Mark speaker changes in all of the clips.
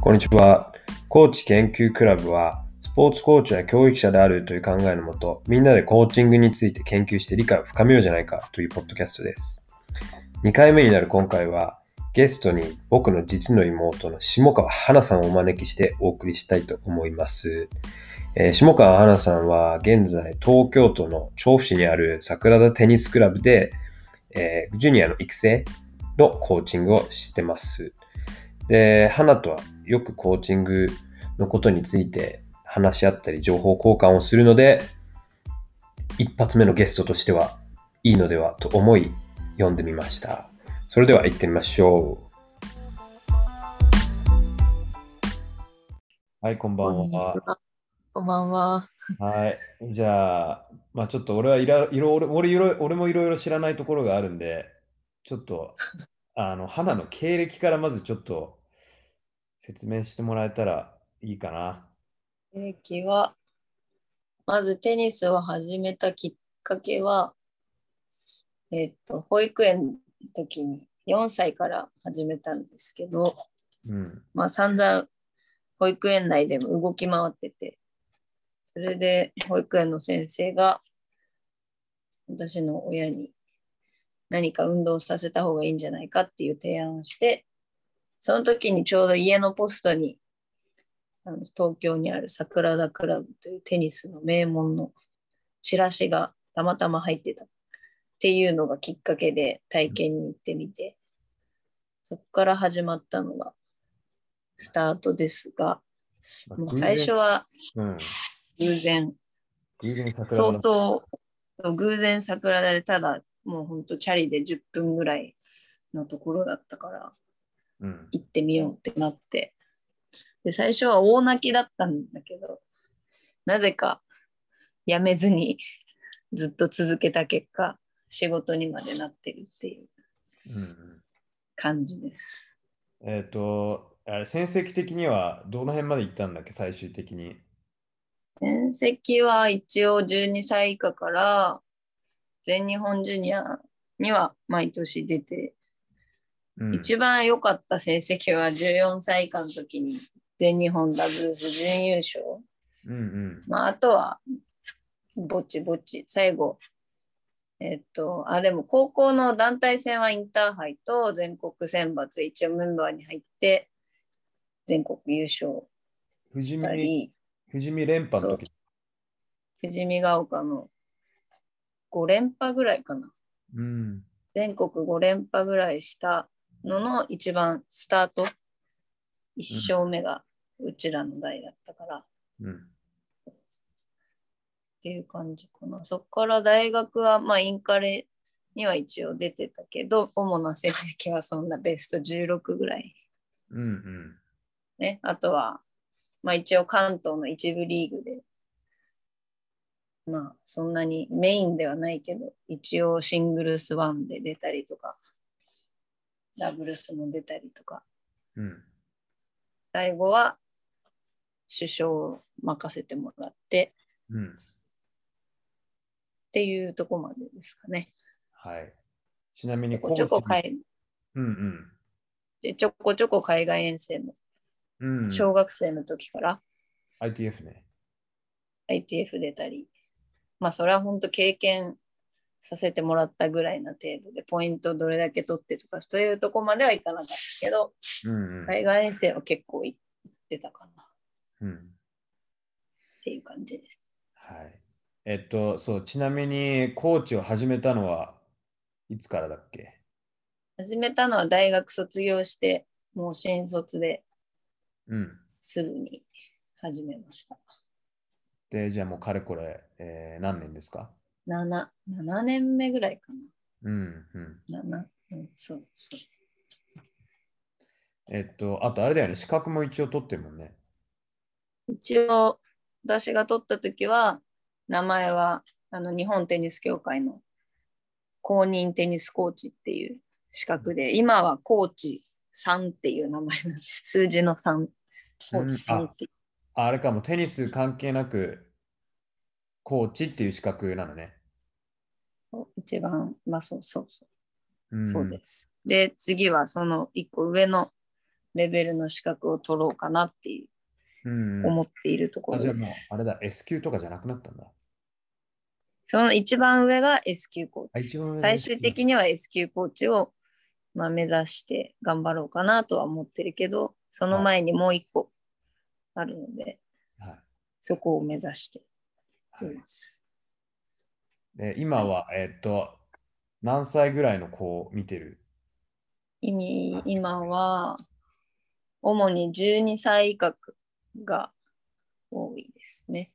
Speaker 1: こんにちは。コーチ研究クラブは、スポーツコーチや教育者であるという考えのもと、みんなでコーチングについて研究して理解を深めようじゃないかというポッドキャストです。2回目になる今回は、ゲストに僕の実の妹の下川花さんをお招きしてお送りしたいと思います。えー下川花さんは現在東京都の調布市にある桜田テニスクラブで、えージュニアの育成のコーチングをしてます。で、花とはよくコーチングのことについて話し合ったり情報交換をするので、一発目のゲストとしてはいいのではと思い読んでみました。それでは行ってみましょう。はい、こんばんは。
Speaker 2: こんにちは。こんばんは。
Speaker 1: はい。じゃあ、まあちょっと俺はいろいろ、俺俺いろ俺もいろいろ知らないところがあるんで、ちょっ と、あの、花の経歴からまずちょっと説明してもらえたらいいかな。
Speaker 2: 英樹は、まずテニスを始めたきっかけは、えっと、保育園の時に4歳から始めたんですけど、
Speaker 1: うん。
Speaker 2: まあ散々保育園内でも動き回ってて、それで保育園の先生が私の親に何か運動させた方がいいんじゃないかっていう提案をして、その時にちょうど家のポストにあの東京にある桜田クラブというテニスの名門のチラシがたまたま入ってたっていうのがきっかけで体験に行ってみて、そこから始まったのがスタートですが、
Speaker 1: まあ
Speaker 2: もう
Speaker 1: 偶
Speaker 2: 最
Speaker 1: 然
Speaker 2: 初は
Speaker 1: うん。
Speaker 2: 偶然、
Speaker 1: 偶然桜
Speaker 2: 相
Speaker 1: の
Speaker 2: 当偶然桜田でただもうほんとチャリで10分ぐらいのところだったから
Speaker 1: うん。
Speaker 2: 行ってみようってなって、で最初は大泣きだったんだけど、なぜかやめずにずっと続けた結果、仕事にまでなってるっていう
Speaker 1: うん
Speaker 2: 感じです。
Speaker 1: うんえっと、あれ、戦績的にはどの辺まで行ったんだっけ、最終的に。
Speaker 2: 転籍は一応12歳以下から全日本ジュニアには毎年出て、
Speaker 1: うん。
Speaker 2: 一番良かった成績は14歳以下の時に全日本ダブルス準優勝。
Speaker 1: うんうん。
Speaker 2: まあ、あとは、ぼちぼち、最後、えっと、あ、でも高校の団体戦はインターハイと全国選抜、一応メンバーに入って、全国優勝
Speaker 1: 富士
Speaker 2: した
Speaker 1: 見、
Speaker 2: り、
Speaker 1: 富士見連覇の時。
Speaker 2: 富士見ヶ丘の5連覇ぐらいかな。
Speaker 1: うん。
Speaker 2: 全国5連覇ぐらいしたのの一番スタート、1勝目がうちらの代だったから、っ
Speaker 1: うん。
Speaker 2: ていう感じかな。そこから大学は、まあ、インカレには一応出てたけど、主な成績はそんなベスト16ぐらい。
Speaker 1: うんうん。
Speaker 2: ね、あとは、まあ、一応関東の一部リーグで、まあ、そんなにメインではないけど、一応シングルスワンで出たりとか、ダブルスも出たりとか、
Speaker 1: うん。
Speaker 2: 最後は首相を任せてもらって
Speaker 1: うん。
Speaker 2: っていうとこまでですかね。
Speaker 1: はい。ちなみに
Speaker 2: ちょこちょこ海
Speaker 1: うん
Speaker 2: でちょこちょこ海外遠征も、
Speaker 1: うん。うん、
Speaker 2: 小学生の時から
Speaker 1: ITF ね。
Speaker 2: ITF 出たり、まあそれは本当経験させてもらったぐらいな程度で、ポイントどれだけ取ってとか、そういうとこまではいかなかったけど、
Speaker 1: うん、うん。
Speaker 2: 海外遠征は結構行ってたかなっ
Speaker 1: うん。
Speaker 2: ていう感じです。
Speaker 1: はい。えっと、そう、ちなみに、コーチを始めたのは、いつからだっけ
Speaker 2: 始めたのは大学卒業して、もう新卒で
Speaker 1: うん。
Speaker 2: すぐに始めました。
Speaker 1: で、じゃあもう、かれこれ、えー何年ですか
Speaker 2: 7, 7年目ぐらいか
Speaker 1: うん、うん。
Speaker 2: な。7、うん、そうそう。
Speaker 1: えっと、あと、あれだよね、資格も一応取ってるもんね。
Speaker 2: 一応、私が取った時は、名前はあの日本テニス協会の公認テニスコーチっていう資格で、今はコーチ3っていう名前の、 数字の3、コーチ
Speaker 1: う
Speaker 2: 3
Speaker 1: ん
Speaker 2: っていう
Speaker 1: ああれかも、テニス関係なく、コーチっていう資格なのね。
Speaker 2: 一番、まあそうそうそう、
Speaker 1: うん、
Speaker 2: そうです。で、次はその1個上のレベルの資格を取ろうかなっていう
Speaker 1: うんうん
Speaker 2: 思っているとこ
Speaker 1: あ
Speaker 2: ろ
Speaker 1: じゃあ
Speaker 2: で
Speaker 1: もう
Speaker 2: す。、
Speaker 1: あれだ、S 級とかじゃなくなったんだ。
Speaker 2: その一番上が S 級コ
Speaker 1: あ
Speaker 2: ー
Speaker 1: 一
Speaker 2: チ
Speaker 1: 番上。が S
Speaker 2: 最終的には S 級コーチを、まあ、目指して頑張ろうかなとは思ってるけど、その前にもう一個あるので、
Speaker 1: は
Speaker 2: そこを目指して
Speaker 1: い。
Speaker 2: い
Speaker 1: はい
Speaker 2: ます。
Speaker 1: で今は、えっと、何歳ぐらいの子を見てる
Speaker 2: 意味今は、主に12歳以下が多いですね。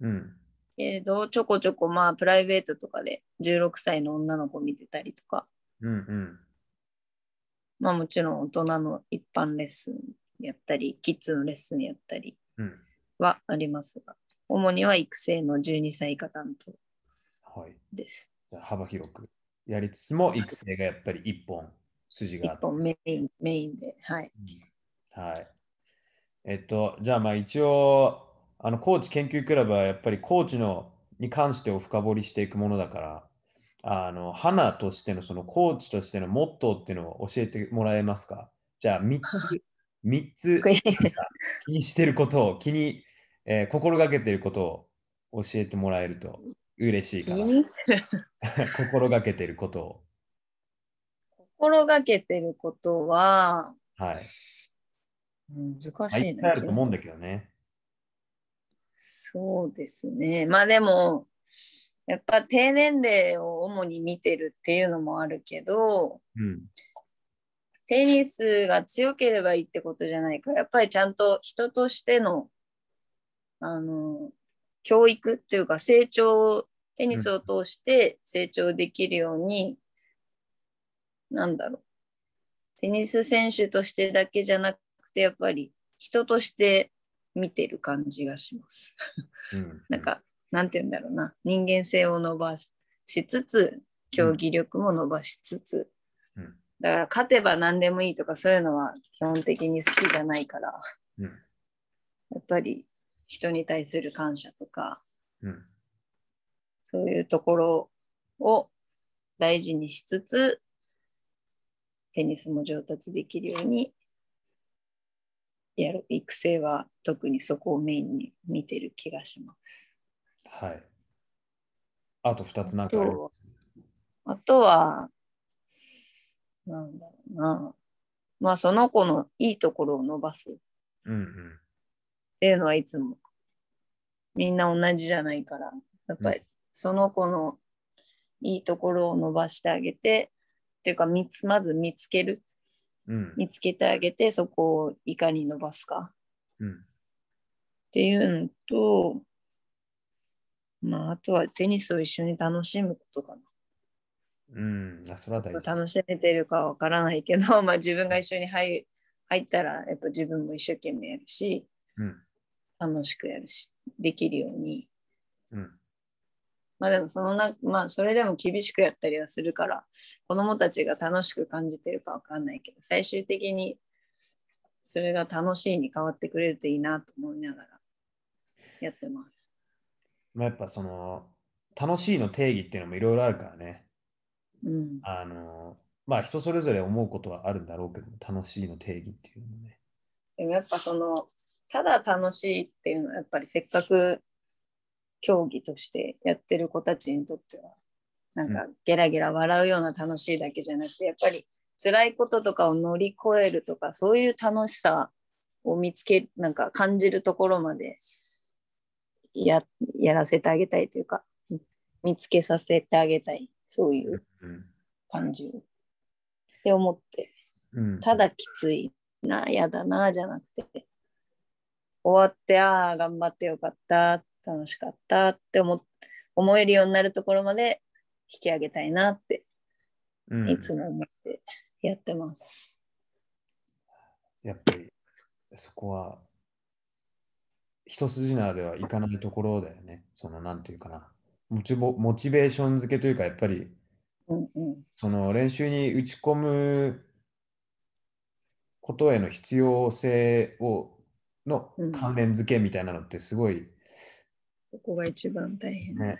Speaker 1: うん。
Speaker 2: けど、ちょこちょこ、まあ、プライベートとかで16歳の女の子見てたりとか、
Speaker 1: うんうん。
Speaker 2: まあ、もちろん大人の一般レッスンやったり、キッズのレッスンやったり
Speaker 1: うん。
Speaker 2: はありますが、主には育成の12歳以下担当
Speaker 1: はい。
Speaker 2: です。
Speaker 1: じゃあ幅広くやりつつも、育成がやっぱり一本筋があ
Speaker 2: 一
Speaker 1: って。
Speaker 2: 本メイン、メインで、はい。
Speaker 1: はい。えっと、じゃあまあ一応、あの、コーチ研究クラブはやっぱりコーチのに関してを深掘りしていくものだから、あの、花としてのそのコーチとしてのモットーっていうのを教えてもらえますかじゃあ3つ、 三つ
Speaker 2: これ
Speaker 1: 気にしてることを、気に、えー心がけてることを教えてもらえると嬉しいかな。
Speaker 2: 気にする
Speaker 1: 心がけてることを。
Speaker 2: 心がけてることは、
Speaker 1: はい。
Speaker 2: うん
Speaker 1: ま
Speaker 2: 難
Speaker 1: あ、
Speaker 2: し
Speaker 1: い
Speaker 2: い
Speaker 1: っぱい
Speaker 2: な
Speaker 1: あ。ると思うんだけどね。
Speaker 2: そうですね。まあでも、やっぱ低年齢を主に見てるっていうのもあるけど、
Speaker 1: うん。
Speaker 2: テニスが強ければいいってことじゃないから、やっぱりちゃんと人としての、あの、教育っていうか成長を、テニスを通して成長できるように、なんだろう。テニス選手としてだけじゃなくて、やっぱり人として見てる感じがします。
Speaker 1: うん、
Speaker 2: なんか、なんて言うんだろうな。人間性を伸ばしつつ、競技力も伸ばしつつ、
Speaker 1: うん
Speaker 2: だから勝てば何でもいいとかそういうのは基本的に好きじゃないから、
Speaker 1: うん
Speaker 2: やっぱり人に対する感謝とか
Speaker 1: うん。
Speaker 2: そういうところを大事にしつつテニスも上達できるようにやる育成は特にそこをメインに見てる気がします。
Speaker 1: はい。あと2つなん
Speaker 2: あ
Speaker 1: かある
Speaker 2: とあとはなんだろうなまあその子のいいところを伸ばす
Speaker 1: うんうん。
Speaker 2: っていうのはいつもみんな同じじゃないからやっぱりその子のいいところを伸ばしてあげてっていうか見つまず見つける
Speaker 1: うん
Speaker 2: 見つけてあげてそこをいかに伸ばすか
Speaker 1: うん。
Speaker 2: っていうのとまああとはテニスを一緒に楽しむことか
Speaker 1: うん。あ、それは大
Speaker 2: な
Speaker 1: 事。
Speaker 2: 楽しめてるかわからないけど、 まあ、自分が一緒に入入ったらやっぱ自分も一生懸命やるし
Speaker 1: うん。
Speaker 2: 楽しくやるしできるように
Speaker 1: うん。
Speaker 2: まあでもそのな、まあそれでも厳しくやったりはするから、子供たちが楽しく感じてるかわかんないけど、最終的にそれが楽しいに変わってくれるといいなと思いながらやってます。
Speaker 1: まあ、やっぱその、楽しいの定義っていうのもいろいろあるからね。
Speaker 2: うん。
Speaker 1: あの、まあ人それぞれ思うことはあるんだろうけど、楽しいの定義っていうのもね。
Speaker 2: でもやっぱその、ただ楽しいっていうのはやっぱりせっかく競技としてやってる子たちにとっては、なんかゲラゲラ笑うような楽しいだけじゃなくて、やっぱり辛いこととかを乗り越えるとか、そういう楽しさを見つけ、なんか感じるところまでややらせてあげたいというか、見つけさせてあげたい、そういう
Speaker 1: うん。
Speaker 2: 感じを。って思って
Speaker 1: うん、
Speaker 2: ただきついな、嫌だな、じゃなくて、終わって、ああ、頑張ってよかった、楽しかったって思思えるようになるところまで引き上げたいなって、
Speaker 1: うん、
Speaker 2: いつも思ってやってます。
Speaker 1: やっぱりそこは一筋縄ではいかないところだよね。そのなんていうかな。モチボモチベーション付けというか、やっぱり
Speaker 2: うんうん。
Speaker 1: その練習に打ち込むことへの必要性をの
Speaker 2: うん
Speaker 1: 関連付けみたいなのってすごい、
Speaker 2: ここが一番大変。
Speaker 1: ね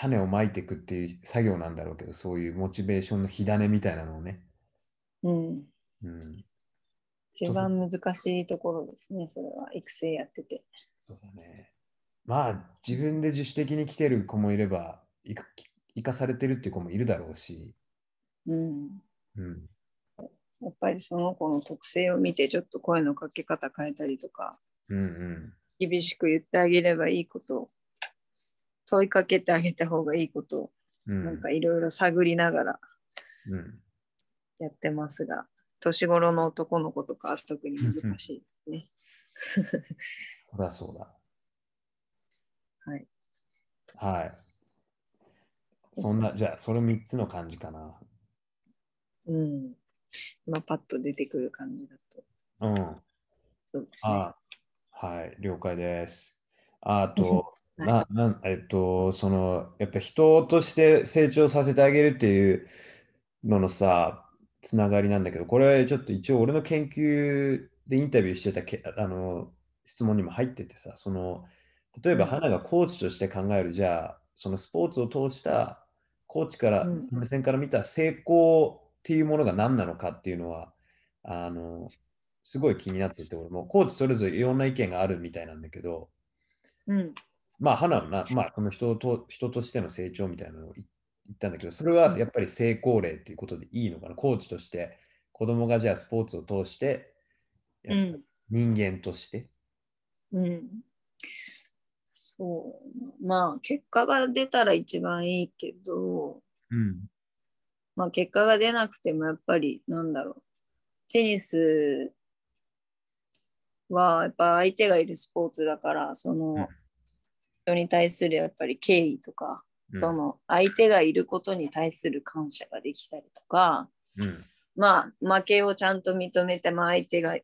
Speaker 1: 種をまいていくっていう作業なんだろうけどそういうモチベーションの火種みたいなのをね、
Speaker 2: うん。
Speaker 1: うん、
Speaker 2: 一番難しいところですね、それは。育成やってて。
Speaker 1: そうだね。まあ、自分で自主的に来てる子もいれば、いか生かされてるっていう子もいるだろうし、
Speaker 2: うん。
Speaker 1: うん、
Speaker 2: やっぱりその子の特性を見て、ちょっと声のかけ方変えたりとか、
Speaker 1: うん、うん。
Speaker 2: 厳しく言ってあげればいいこと、問いかけてあげた方がいいこと、
Speaker 1: うん、
Speaker 2: なんかいろいろ探りながら
Speaker 1: うん、
Speaker 2: やってますが、年頃の男の子とかは特に難しいですね。
Speaker 1: そりゃそうだ。
Speaker 2: はい。
Speaker 1: はい。そんな、じゃあ、その3つの感じかな。
Speaker 2: うん。今パッと出てくる感じだと。
Speaker 1: うん。
Speaker 2: そうですね。
Speaker 1: あはい、了解です。ああと、
Speaker 2: はい
Speaker 1: な、なん、えっと、その、やっぱ人として成長させてあげるっていうののさ、つながりなんだけど、これちょっと一応俺の研究でインタビューしてたけ、あの、質問にも入っててさ、その、例えば
Speaker 2: うん
Speaker 1: 花がコーチとして考える、じゃあ、そのスポーツを通したコーチから、
Speaker 2: うん
Speaker 1: 目線から見た成功っていうものが何なのかっていうのは、あの、すごい気になってて、俺もコーチそれぞれいろんな意見があるみたいなんだけど、
Speaker 2: うん。
Speaker 1: まあ、花はな、まあ、この人と人としての成長みたいなのを言言ったんだけど、それはやっぱり成功例っていうことでいいのかな、コーチとして、子供がじゃあスポーツを通して、や
Speaker 2: う
Speaker 1: っ
Speaker 2: ん
Speaker 1: ぱ。人間として。
Speaker 2: うん。そう。まあ、結果が出たら一番いいけど、
Speaker 1: うん。
Speaker 2: まあ、結果が出なくてもやっぱりなんだろうテニスはやっぱ相手がいるスポーツだからそ
Speaker 1: うん
Speaker 2: の人に対するやっぱり敬意とか、
Speaker 1: うん
Speaker 2: その相手がいることに対する感謝ができたりとか
Speaker 1: うん。
Speaker 2: まあ負けをちゃんと認めて、まあ、相手が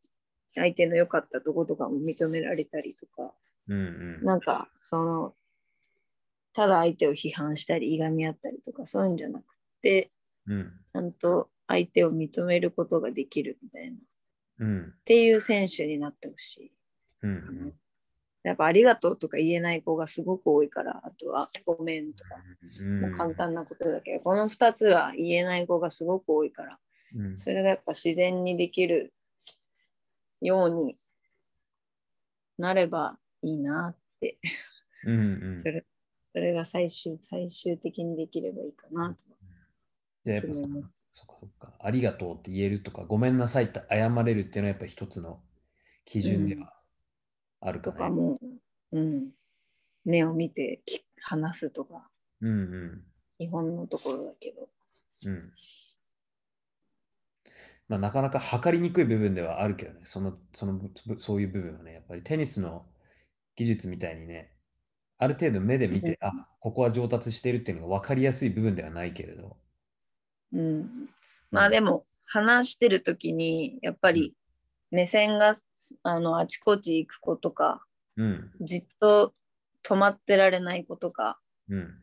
Speaker 2: 相手の良かったとことかも認められたりとか
Speaker 1: うんうん。
Speaker 2: なんかそのただ相手を批判したりいがみ合ったりとかそういうんじゃなくて
Speaker 1: うん。
Speaker 2: ちゃんと相手を認めることができるみたいな。っ
Speaker 1: うん。
Speaker 2: ていう選手になってほし
Speaker 1: う
Speaker 2: いかな。
Speaker 1: ん。
Speaker 2: やっぱありがとうとか言えない子がすごく多いから、あとはごめんとか、もう簡単なことだけど、この2つが言えない子がすごく多いから、
Speaker 1: うん。
Speaker 2: それがやっぱ自然にできるようになればいいな。
Speaker 1: うんうん。
Speaker 2: それそれが最終、最終的にできればいいかなと。
Speaker 1: いややっぱ
Speaker 2: いつ
Speaker 1: そ
Speaker 2: も思う
Speaker 1: そっかそっか。ありがとうって言えるとか、ごめんなさいって謝れるっていうのはやっぱ一つの基準ではあるか
Speaker 2: と
Speaker 1: ね
Speaker 2: かも、うん、目を見てき話すとか、
Speaker 1: うんうん。
Speaker 2: 基本のところだけど。
Speaker 1: うん。まあ、なかなか測りにくい部分ではあるけどね、その、その、そういう部分はね、やっぱりテニスの技術みたいにね、ある程度目で見て、
Speaker 2: うん
Speaker 1: あ、ここは上達してるっていうのが分かりやすい部分ではないけれど。
Speaker 2: うん、まあでも話してる時にやっぱり目線があのあちこち行く子とか
Speaker 1: うん、
Speaker 2: じっと止まってられない子とか
Speaker 1: うん、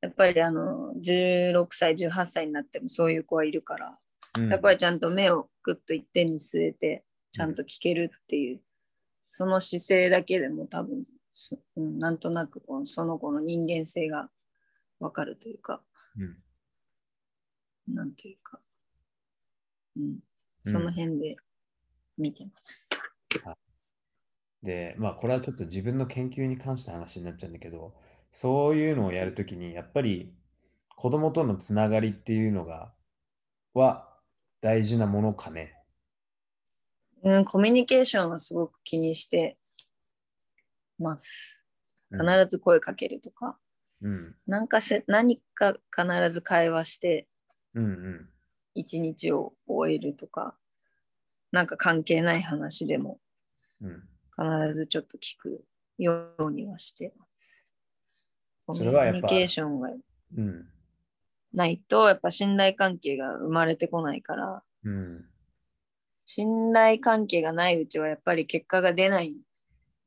Speaker 2: やっぱりあの16歳18歳になってもそういう子はいるから
Speaker 1: うん。
Speaker 2: やっぱりちゃんと目をグッと一点に据えてちゃんと聞けるっていうその姿勢だけでも多分、そうん、なんとなくこのその子の人間性がわかるというか。
Speaker 1: うん
Speaker 2: なんというか、うん、その辺で見てます。
Speaker 1: で、まあ、これはちょっと自分の研究に関した話になっちゃうんだけど、そういうのをやるときに、やっぱり子供とのつながりっていうのが、は大事なものかね。
Speaker 2: うん、コミュニケーションはすごく気にしてます。必ず声かけるとか、
Speaker 1: うん、
Speaker 2: 何かし何か必ず会話して
Speaker 1: うん、うん、
Speaker 2: 一日を終えるとか、なんか関係ない話でも
Speaker 1: うん。
Speaker 2: 必ずちょっと聞くようにはしてます。コミ
Speaker 1: それはや
Speaker 2: ュ
Speaker 1: っぱ
Speaker 2: ニケーションが
Speaker 1: うん、
Speaker 2: ないと、やっぱ信頼関係が生まれてこないから、
Speaker 1: うん、
Speaker 2: 信頼関係がないうちはやっぱり結果が出ない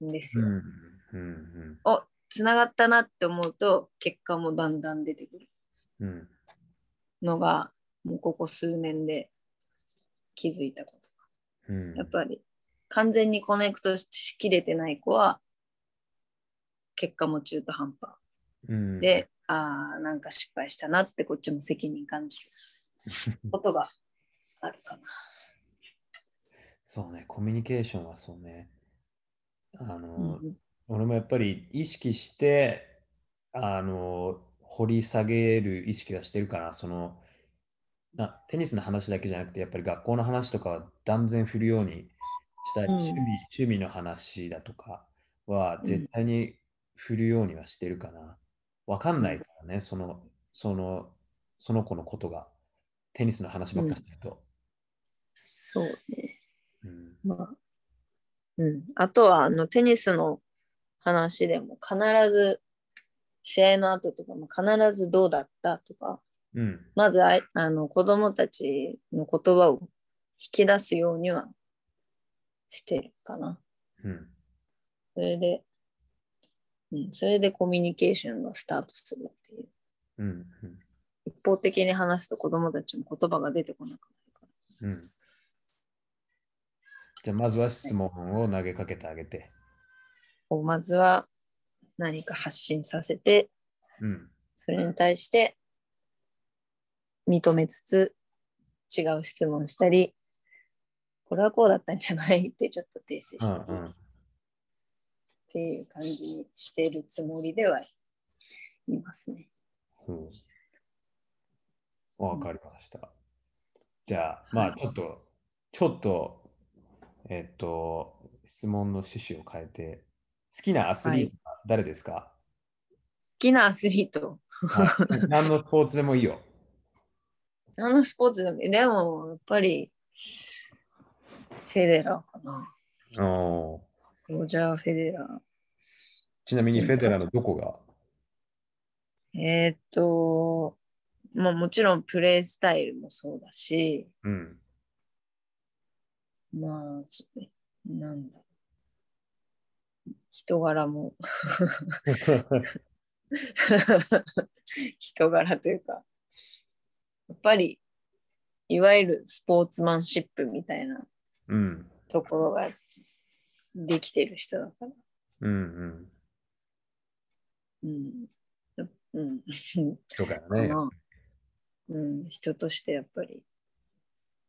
Speaker 2: んです
Speaker 1: う
Speaker 2: よ。
Speaker 1: ん、うん、
Speaker 2: つながったなって思うと結果もだんだん出てくる
Speaker 1: うん、
Speaker 2: のがもうここ数年で気づいたこと。
Speaker 1: うん。
Speaker 2: やっぱり完全にコネクトしきれてない子は結果も中途半端
Speaker 1: うん、
Speaker 2: で、ああなんか失敗したなってこっちも責任感じることがあるかな。
Speaker 1: そうね、コミュニケーションはそうね。あ
Speaker 2: う
Speaker 1: の、
Speaker 2: ん
Speaker 1: 俺もやっぱり意識して、あの、掘り下げる意識はしてるから、その、なテニスの話だけじゃなくて、やっぱり学校の話とかは断然振るようにしたり、
Speaker 2: うん
Speaker 1: 趣味趣味の話だとかは
Speaker 2: うん
Speaker 1: 絶対に振るようにはしてるかな。わかんないからね、その、その、その子のことが、テニスの話ばっかしてると。
Speaker 2: そうね。
Speaker 1: うん
Speaker 2: まあ。うん。あとは、あの、テニスの話でも必ず、試合の後とかも必ずどうだったとか、
Speaker 1: うん
Speaker 2: まずあいあの子供たちの言葉を引き出すようにはしてるかな。
Speaker 1: うん
Speaker 2: それで、うん、それでコミュニケーションがスタートするっていう。
Speaker 1: うんうん
Speaker 2: 一方的に話すと子供たちも言葉が出てこなくな
Speaker 1: う
Speaker 2: る
Speaker 1: んじゃあまずは質問を投げかけてあげて。
Speaker 2: から。まずは何か発信させて、
Speaker 1: うん
Speaker 2: それに対して認めつつ違う質問したり、これはこうだったんじゃないってちょっと訂
Speaker 1: う
Speaker 2: 正したり。
Speaker 1: ん
Speaker 2: っていう感じにしてるつもりではいますね。
Speaker 1: うんうん。わかりました。じゃあ、まあ
Speaker 2: はい
Speaker 1: ちょっと、ちょっと、えっと、質問の趣旨を変えて、好きなアスリートは誰です か、
Speaker 2: 好きなアスリー
Speaker 1: は
Speaker 2: ト、
Speaker 1: い何のスポーツでもいいよ。
Speaker 2: 何のスポーツでも、でもやっぱりフェデラーかな。
Speaker 1: おー
Speaker 2: ロジャー・フェデラ
Speaker 1: ちなみにフェデラーのどこが
Speaker 2: ー。えーっと、まあもちろんプレースタイルもそうだし、
Speaker 1: うん。
Speaker 2: まあ、ちょっとなんだろう。人柄も、人柄というか、やっぱり、いわゆるスポーツマンシップみたいな
Speaker 1: うん。
Speaker 2: ところができてる人だから。
Speaker 1: うんうん。
Speaker 2: うん。うん。
Speaker 1: とか
Speaker 2: か
Speaker 1: ね。
Speaker 2: なうん。人としてやっぱり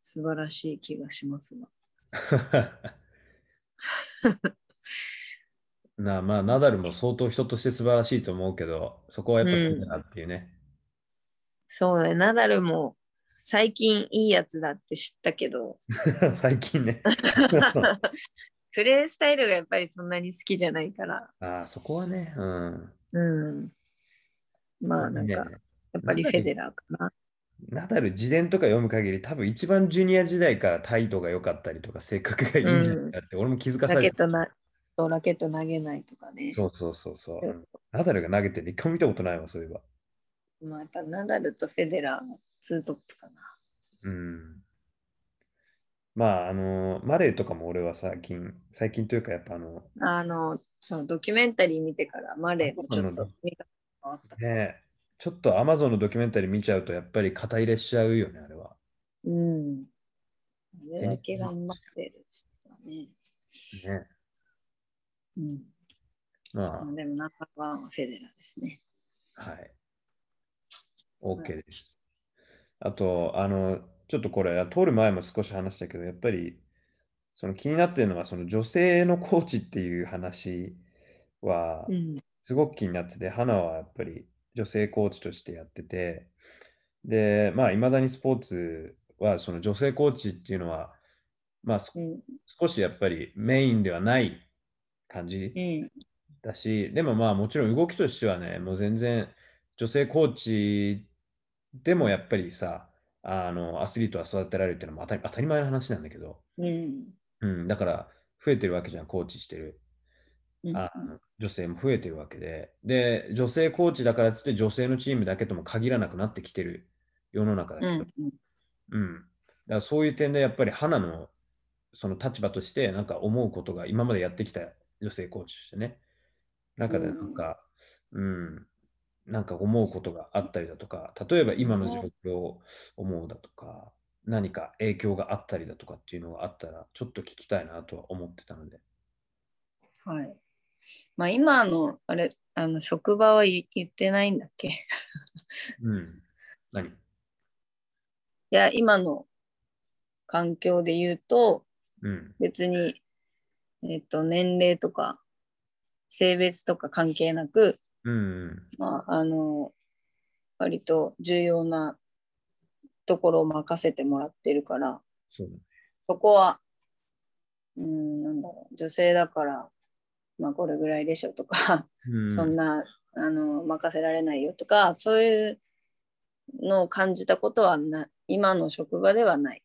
Speaker 2: 素晴らしい気がしますが。
Speaker 1: なあまあ、ナダルも相当人として素晴らしいと思うけど、そこはやっぱ
Speaker 2: うん
Speaker 1: りだなっていうね。
Speaker 2: そうね。ナダルも最近いいやつだって知った けど、
Speaker 1: 最近ね。
Speaker 2: プレースタイルがやっぱりそんなに好きじゃないから。
Speaker 1: ああ、そこはね。うん。
Speaker 2: うん。まあなんか、
Speaker 1: ね
Speaker 2: やっぱりフェデラーかな。
Speaker 1: ナダル自伝とか読む限り、多分一番ジュニア時代から態度が良かったりとか、性格がいいんじゃないかって、俺も気づかさ
Speaker 2: ラケ
Speaker 1: れ
Speaker 2: ッ
Speaker 1: た。
Speaker 2: トな、そうラケット投げないとかね。
Speaker 1: そうそうそうそうう。うんんナダルが投げてる一回も見たことないわ、そういえば。
Speaker 2: まあやっぱナダルとフェデラーがツートップかな。
Speaker 1: うん。まあ、あの、マレーとかも俺は最近、最近というか、やっぱあの、
Speaker 2: あの、そのドキュメンタリー見てからマレーもちょっと見た変わった。
Speaker 1: ねえ、ちょっとアマゾンのドキュメンタリー見ちゃうと、やっぱり肩入れしちゃうよね、あれは。
Speaker 2: うん。あれだけ頑張ってる人はね。
Speaker 1: ね。
Speaker 2: うん。
Speaker 1: ま
Speaker 2: まあでもナンバーワンはフェデラーですね。
Speaker 1: あ、はい。OK です。あと、あの、ちょっとこれ、通る前も少し話したけど、やっぱり、その気になってるのは、その女性のコーチっていう話は
Speaker 2: う、ん。
Speaker 1: すごく気になってて、花はやっぱり女性コーチとしてやってて、で、まあ、いまだにスポーツは、その女性コーチっていうのは、まあ、
Speaker 2: うん。
Speaker 1: 少しやっぱりメインではない感じ
Speaker 2: うん。
Speaker 1: だし、でもまあもちろん動きとしてはね、もう全然女性コーチでもやっぱりさ、あのアスリートは育てられるっていうのも当たり当たり前の話なんだけど、
Speaker 2: うん。
Speaker 1: うん、だから増えてるわけじゃん、コーチしてる。
Speaker 2: うん
Speaker 1: あの女性も増えてるわけで、で、女性コーチだからっつって女性のチームだけとも限らなくなってきてる世の中だけ
Speaker 2: う
Speaker 1: ど、
Speaker 2: ん。
Speaker 1: うん。だからそういう点でやっぱり花のその立場としてなんか思うことが今までやってきた女性コーチとしてね、中でなんか、うん、なんか思うことがあったりだとか、例えば今の状況を思うだとか、何か影響があったりだとかっていうのがあったら、ちょっと聞きたいなとは思ってたので。
Speaker 2: はい。まあ今の、あれ、あの、職場は言言ってないんだっけい
Speaker 1: うん。何
Speaker 2: や、今の環境で言うと、
Speaker 1: ううん。
Speaker 2: 別に、えっと、年齢とか性別とか関係なく、
Speaker 1: うん。
Speaker 2: まあ、あの割と重要なところを任せてもらってるから
Speaker 1: そうだね。
Speaker 2: そこはうんなんだろう女性だから、まあ、これぐらいでしょとか、
Speaker 1: う
Speaker 2: そんなあの任せられないよとかそういうのを感じたことはな今の職場ではない。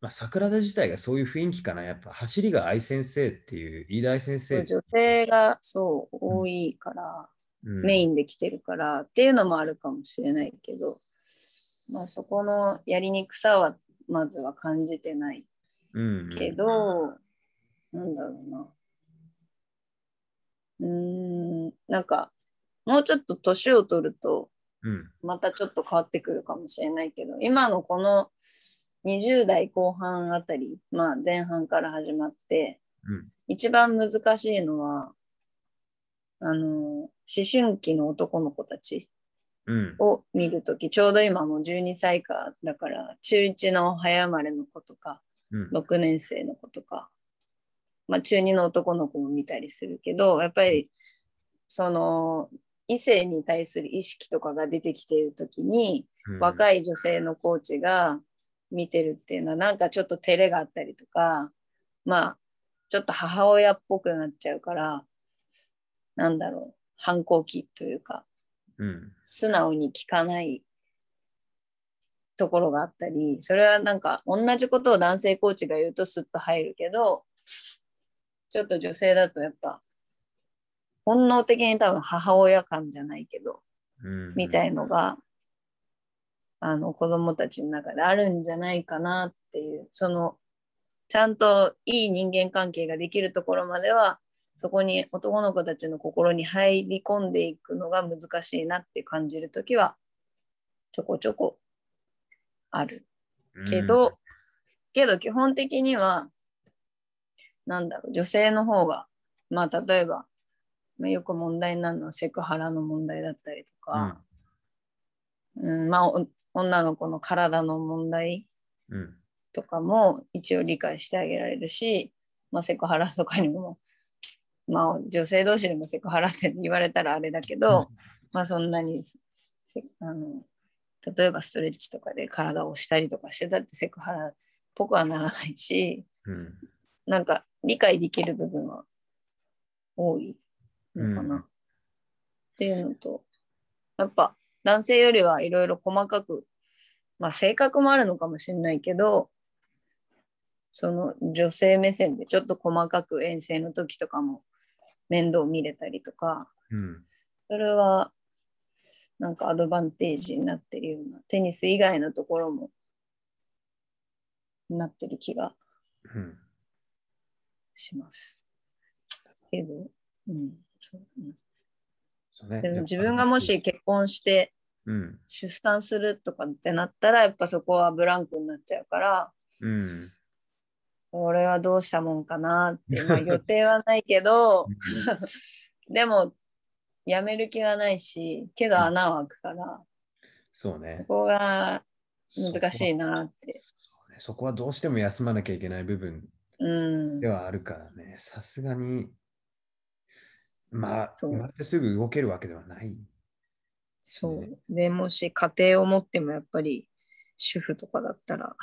Speaker 1: まあ、桜田自体がそういう雰囲気かな。やっぱ走りが愛先生っていう、飯田愛先生、
Speaker 2: 女性がそう多いから、
Speaker 1: うん
Speaker 2: メインで来てるからっていうのもあるかもしれないけど、まあ、そこのやりにくさはまずは感じてない
Speaker 1: うんうん
Speaker 2: けど、なんだろうな。うーん、なんか、もうちょっと年を取ると、
Speaker 1: うん
Speaker 2: またちょっと変わってくるかもしれないけど、今のこの20代後半あたり、まあ前半から始まって、
Speaker 1: うん
Speaker 2: 一番難しいのは、あの、思春期の男の子たち
Speaker 1: うん
Speaker 2: を見るとき、ちょうど今もう12歳か、だから中1の早生まれの子とか、
Speaker 1: うん
Speaker 2: 6年生の子とか、まあ、中2の男の子も見たりするけどやっぱりその異性に対する意識とかが出てきている時に
Speaker 1: うん
Speaker 2: 若い女性のコーチが見てるっていうのはなんかちょっと照れがあったりとかまあちょっと母親っぽくなっちゃうからなんだろう反抗期というか
Speaker 1: うん
Speaker 2: 素直に聞かないところがあったりそれはなんか同じことを男性コーチが言うとスッと入るけどちょっと女性だとやっぱ本能的に多分母親感じゃないけど
Speaker 1: うん
Speaker 2: みたいのが、あの子供たちの中であるんじゃないかなっていうそのちゃんといい人間関係ができるところまではそこに男の子たちの心に入り込んでいくのが難しいなって感じるときはちょこちょこあるけど、、けど基本的にはなんだろう女性の方がまあ例えば、まあ、よく問題になるのはセクハラの問題だったりとか、
Speaker 1: うん
Speaker 2: うん、まあお女の子の体の問題
Speaker 1: うんうん
Speaker 2: とかも一応理解してあげられるし、まあ、セクハラとかにも、まあ、女性同士でもセクハラって言われたらあれだけど、まあそんなにせあの例えばストレッチとかで体を押したりとかしてたってセクハラっぽくはならないし
Speaker 1: うん
Speaker 2: なんか理解できる部分は多いのかな、
Speaker 1: うん
Speaker 2: っていうのとやっぱ男性よりはいろいろ細かくまあ性格もあるのかもしれないけどその女性目線でちょっと細かく遠征の時とかも面倒見れたりとか
Speaker 1: うん
Speaker 2: それはなんかアドバンテージになってるようなテニス以外のところもなってる気が
Speaker 1: うん
Speaker 2: します。けど、うん、そうだな
Speaker 1: そうね
Speaker 2: でも自分がもし、結婚して
Speaker 1: うん
Speaker 2: 出産するとかってなったら、やっぱそこはブランクになっちゃうから、
Speaker 1: うん
Speaker 2: これはどうしたもんかなって、まあ、予定はないけど、でも、やめる気はないし、けど穴は開くから、
Speaker 1: そう
Speaker 2: そ
Speaker 1: ね
Speaker 2: こが難しいなって。
Speaker 1: そこそこはどうしても休まなきゃいけない部分
Speaker 2: うん
Speaker 1: で。はあるからねさすがにまあ
Speaker 2: そう
Speaker 1: 生まれてすぐ動けるわけではない
Speaker 2: そう。でもし家庭を持ってもやっぱり主婦とかだったら、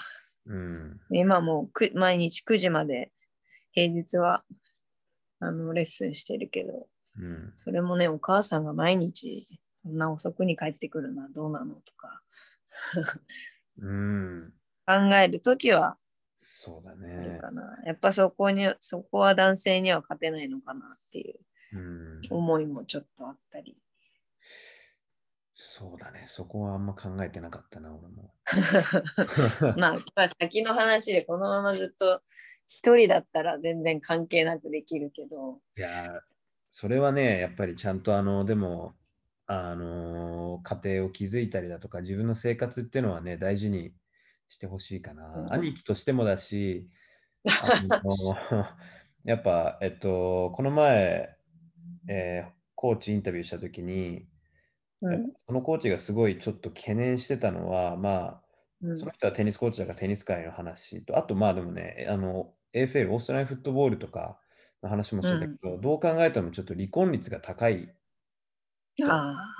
Speaker 1: うん
Speaker 2: 今もうく毎日9時まで平日はあのレッスンしてるけど、
Speaker 1: うん
Speaker 2: それもね、お母さんが毎日そんな遅くに帰ってくるのはどうなのとか
Speaker 1: うん
Speaker 2: 考えるときは
Speaker 1: そうだ
Speaker 2: ある
Speaker 1: ね
Speaker 2: かな。やっぱそこに、そこは男性には勝てないのかなっていう
Speaker 1: うん
Speaker 2: 思いもちょっとあったり。
Speaker 1: そうだねそこはあんま考えてなかったな俺 も
Speaker 2: まあ、まあ先の話でこのままずっと一人だったら全然関係なくできるけど、
Speaker 1: いやーそれはねやっぱりちゃんとあのでもあのー家庭を築いたりだとか自分の生活っていうのはね大事にしてほしいかな、
Speaker 2: うん
Speaker 1: 兄貴としてもだしあの ーやっぱえっとこの前、えーコーチインタビューした時に、
Speaker 2: うん
Speaker 1: そのコーチがすごいちょっと懸念してたのはまあ
Speaker 2: うん
Speaker 1: その人はテニスコーチだからテニス界の話と、あとまあでもね、あの、 AFL、オーストラリアフットボールとかの話もしてたけど、どう考えてもちょっと離婚率が高 い。
Speaker 2: あ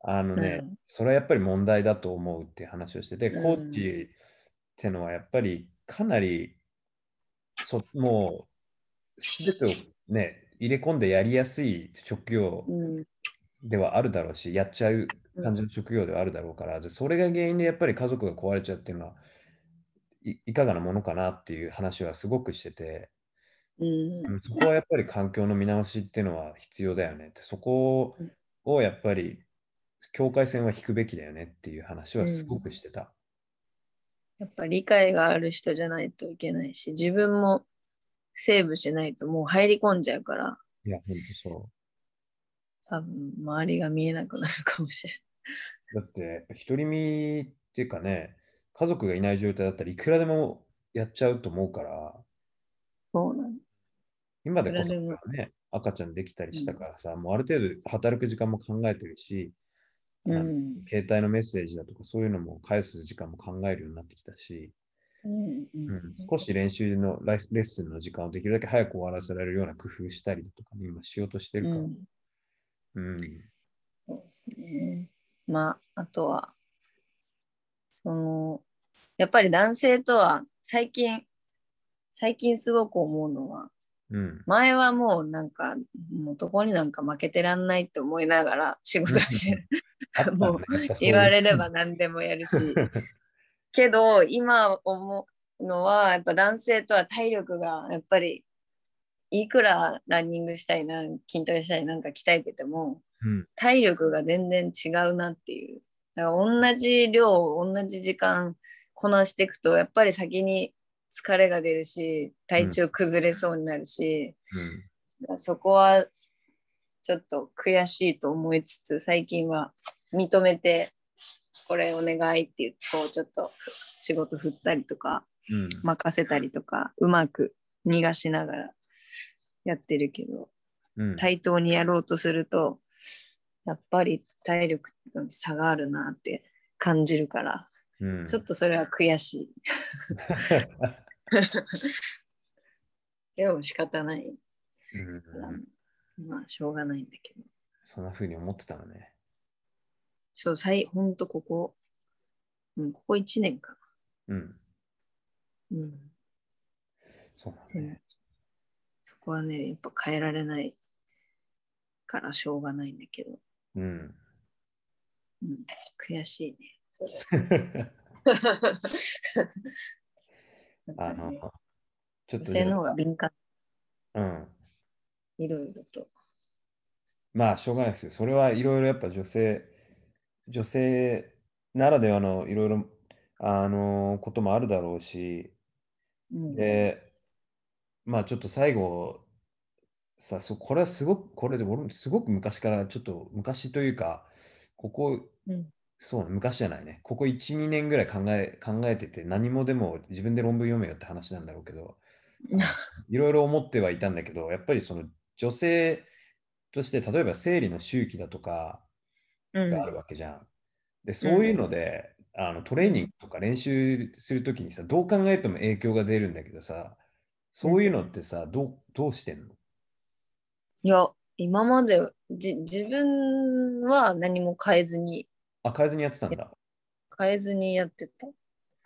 Speaker 1: あの
Speaker 2: あ、
Speaker 1: ね、
Speaker 2: うん
Speaker 1: それはやっぱり問題だと思うっていう話をしてて、
Speaker 2: うん
Speaker 1: コーチってのはやっぱりかなり、そも う、すべてをね、入れ込んでやりやすい職業
Speaker 2: うん
Speaker 1: ではあるだろうし、やっちゃう
Speaker 2: うん
Speaker 1: 感じの職業ではあるだろうから、じゃあそれが原因でやっぱり家族が壊れちゃうっていうのはい、いかがなものかなっていう話はすごくしてて、
Speaker 2: うん
Speaker 1: うんそこはやっぱり環境の見直しっていうのは必要だよねって、そこをやっぱり境界線は引くべきだよねっていう話はすごくしてた。
Speaker 2: やっぱ理解がある人じゃないといけないし、自分もセーブしないともう入り込んじゃうから、
Speaker 1: いや、本当そ
Speaker 2: 多分周りが見えなくなるかもしれな
Speaker 1: う。だ
Speaker 2: い。
Speaker 1: って、やっぱ独り身っていうかね、家族がいない状態だったらいくらでもやっちゃうと思うから、
Speaker 2: そうなん
Speaker 1: 今でこ
Speaker 2: いくらでも
Speaker 1: そね、赤ちゃんできたりしたからさ、もうある程度働く時間も考えてるし、
Speaker 2: う
Speaker 1: あの
Speaker 2: ん。
Speaker 1: 携帯のメッセージだとかそういうのも返す時間も考えるようになってきたし、
Speaker 2: うんう
Speaker 1: うんん、少し練習のライスレッスンの時間をできるだけ早く終わらせられるような工夫したりだとかね、今しようとしてる
Speaker 2: う
Speaker 1: から。
Speaker 2: ん
Speaker 1: うん。
Speaker 2: そうですね。まあ、あとは、その、やっぱり男性とは最近、最近すごく思うのは、
Speaker 1: うん。
Speaker 2: 前はもうなんか、もう男になんか負けてらんないって思いながら仕事をしてる
Speaker 1: あったねや
Speaker 2: もう
Speaker 1: っぱそういう
Speaker 2: 言われれば何でもやるし。けど、今思うのは、やっぱ男性とは体力が、やっぱり、いくらランニングしたりな、筋トレしたりなんか鍛えてても、
Speaker 1: うん。
Speaker 2: 体力が全然違うなっていう。だから同じ量を同じ時間こなしていくとやっぱり先に疲れが出るし体調崩れそうになるし、だからそこはちょっと悔しいと思いつつ最近は認めてこれお願いって言ってこうちょっと仕事振ったりとか
Speaker 1: うん。うん
Speaker 2: 任せたりとかうまく逃がしながらやってるけど
Speaker 1: うん。
Speaker 2: 対等にやろうとすると、やっぱり体力に差があるなって感じるから、
Speaker 1: うん
Speaker 2: ちょっとそれは悔しい。でも仕方ない。
Speaker 1: うん
Speaker 2: まあ、しょうがないんだけど。
Speaker 1: そんな風に思ってたのね。
Speaker 2: そう、最、ほんとここ、うん、ここ1年か
Speaker 1: うん。
Speaker 2: な。うん。
Speaker 1: そうなんだね。
Speaker 2: そこはね、やっぱ変えられないからしょうがないんだけど、
Speaker 1: うん。
Speaker 2: うん、悔しいね。
Speaker 1: あ
Speaker 2: なんか
Speaker 1: の
Speaker 2: ね、
Speaker 1: ちょっと
Speaker 2: 女性の方が敏感、
Speaker 1: うん。
Speaker 2: いろいろと。
Speaker 1: まあ、しょうがないですよ。それはいろいろやっぱ女性、女性ならではのいろいろ、あのこともあるだろうし、
Speaker 2: うん、
Speaker 1: で、まあちょっと最後、さ、そう、これはすごく、これで俺もすごく昔から、ちょっと昔というか、ここ、
Speaker 2: うん
Speaker 1: そうね、昔じゃないね、ここ1、2年ぐらい考え、考えてて、何もでも自分で論文読めよって話なんだろうけど、 いろいろ思ってはいたんだけど、やっぱりその女性として、例えば生理の周期だとか
Speaker 2: うん
Speaker 1: があるわけじゃん。で、そういうので、あのトレーニングとか練習するときにさ、どう考えても影響が出るんだけどさ、そういうのってさ、どうどうしてんの
Speaker 2: いや、今までじ自分は何も変えずに、
Speaker 1: あ、変えずにやってたんだ。
Speaker 2: 変えずにやってた。
Speaker 1: う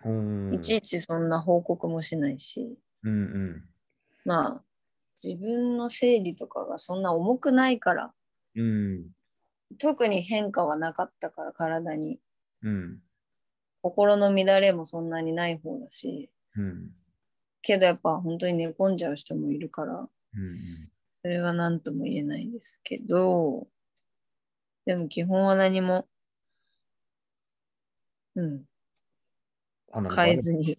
Speaker 1: ーん。
Speaker 2: いちいちそんな報告もしないし、
Speaker 1: うんうん。
Speaker 2: まあ、自分の生理とかがそんな重くないから、
Speaker 1: うん。
Speaker 2: 特に変化はなかったから、体に。
Speaker 1: うん。
Speaker 2: 心の乱れもそんなにない方だし、
Speaker 1: うん。
Speaker 2: けどやっぱ本当に寝込んじゃう人もいるから、
Speaker 1: うん。
Speaker 2: それは何とも言えないですけど、でも基本は何も、うん、
Speaker 1: あなんか
Speaker 2: 変え ずに。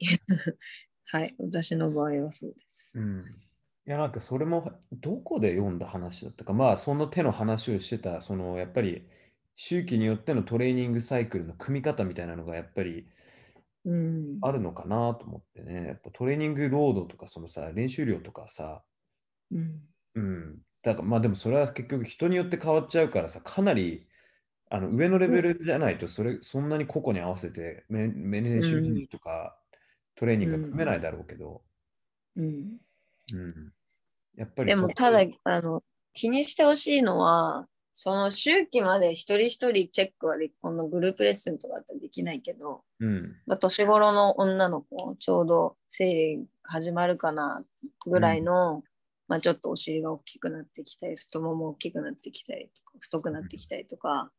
Speaker 2: はい、私の場合はそうです。
Speaker 1: うんいやなんかそれもどこで読んだ話だったか、まあその手の話をしてた、そのやっぱり周期によってのトレーニングサイクルの組み方みたいなのがやっぱり
Speaker 2: うん。
Speaker 1: あるのかなと思ってね、やっぱトレーニングロードとかそのさ、練習量とかさ、
Speaker 2: うん。
Speaker 1: うん、だからまあでもそれは結局人によって変わっちゃうからさ、かなりあの上のレベルじゃないとそれ、そんなに個々に合わせてメ、メ練習とかトレーニングが組めないだろうけど、
Speaker 2: うん、
Speaker 1: うん。やっぱり
Speaker 2: でも
Speaker 1: そう
Speaker 2: ただあの気にしてほしいのはその周期まで一人一人チェックはでこのグループレッスンとかだったらできないけど、
Speaker 1: うん。
Speaker 2: まあ、年頃の女の子ちょうど生理始まるかなぐらいの、まあ、ちょっとお尻が大きくなってきたり太もも大きくなってきたりとか太くなってきたりとか、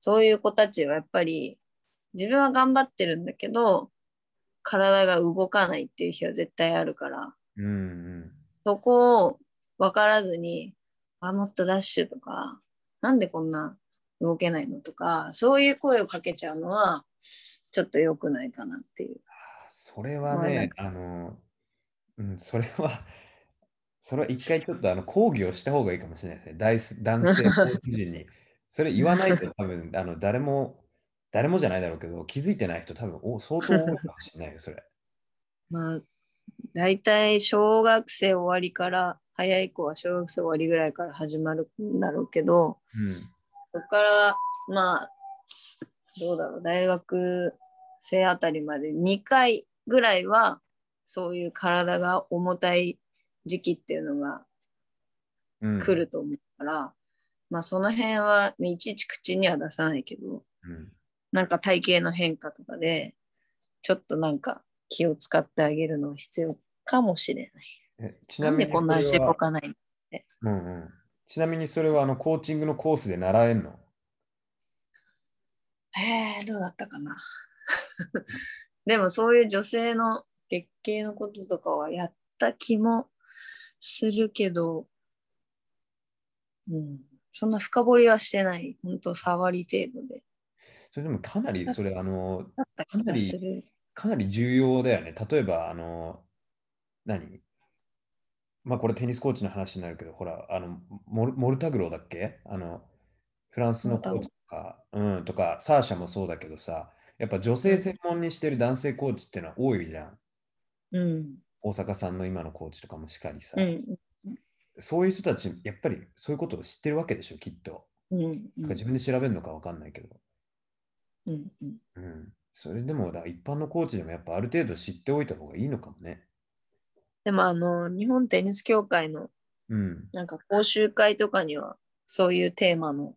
Speaker 2: そういう子たちはやっぱり自分は頑張ってるんだけど体が動かないっていう日は絶対あるから。
Speaker 1: うんうん。
Speaker 2: そこを分からずに、あ、もっとダッシュとか、なんでこんな動けないのとか、そういう声をかけちゃうのは、ちょっと良くないかなっていう。
Speaker 1: それは
Speaker 2: まあなん
Speaker 1: ね、あの、うん、それは、それは一回ちょっとあの講義をした方がいいかもしれないですね。大す男性コーチ陣に。それ言わないと多分、 あの誰も、誰もじゃないだろうけど、気づいてない人多分お相当多いかもしれないよ、それ。
Speaker 2: まあ、大体小学生終わりから、早い子は小学生終わりぐらいから始まるんだろうけど、そこから、まあ、どうだろう、大学生あたりまで2回ぐらいは、そういう体が重たい時期っていうのが
Speaker 1: うん。うん
Speaker 2: 来る。と 思うから、まあその辺は、ね、いちいち口には出さないけど
Speaker 1: うん。
Speaker 2: なんか体型の変化とかでちょっとなんか気を使ってあげるのは必要かもしれない。
Speaker 1: えち
Speaker 2: な
Speaker 1: なんみ
Speaker 2: で
Speaker 1: に
Speaker 2: こんな
Speaker 1: そ
Speaker 2: 足
Speaker 1: れは
Speaker 2: 動かないの
Speaker 1: うんうん。ちなみにそれはあのコーチングのコースで習えんの
Speaker 2: えー、どうだったかな。 でもそういう女性の月経のこととかはやった気もするけど、うん、そんな深掘りはしてない。ほんと触り程度で。
Speaker 1: それでもかなりそれあの
Speaker 2: だった気がする。
Speaker 1: かなり重要だよね。例えば、あの、何まあ、これテニスコーチの話になるけど、ほら、あの、モルモルタグローだっけあの、フランスのコーチとか、うん、とか、サーシャもそうだけどさ、やっぱ女性専門にしてる男性コーチっていうのは多いじゃん。
Speaker 2: うん。
Speaker 1: 大阪さんの今のコーチとかもしっかりさ、
Speaker 2: うん。
Speaker 1: そういう人たち、やっぱりそういうことを知ってるわけでしょ、きっと。
Speaker 2: うんう
Speaker 1: だ
Speaker 2: ん
Speaker 1: から自分で調べるのかわかんないけど。
Speaker 2: うんうん
Speaker 1: うん。それでも、だから一般のコーチでもやっぱある程度知っておいた方がいいのかもね。
Speaker 2: でもあの日本テニス協会の
Speaker 1: うん。
Speaker 2: なんか講習会とかにはそういうテーマの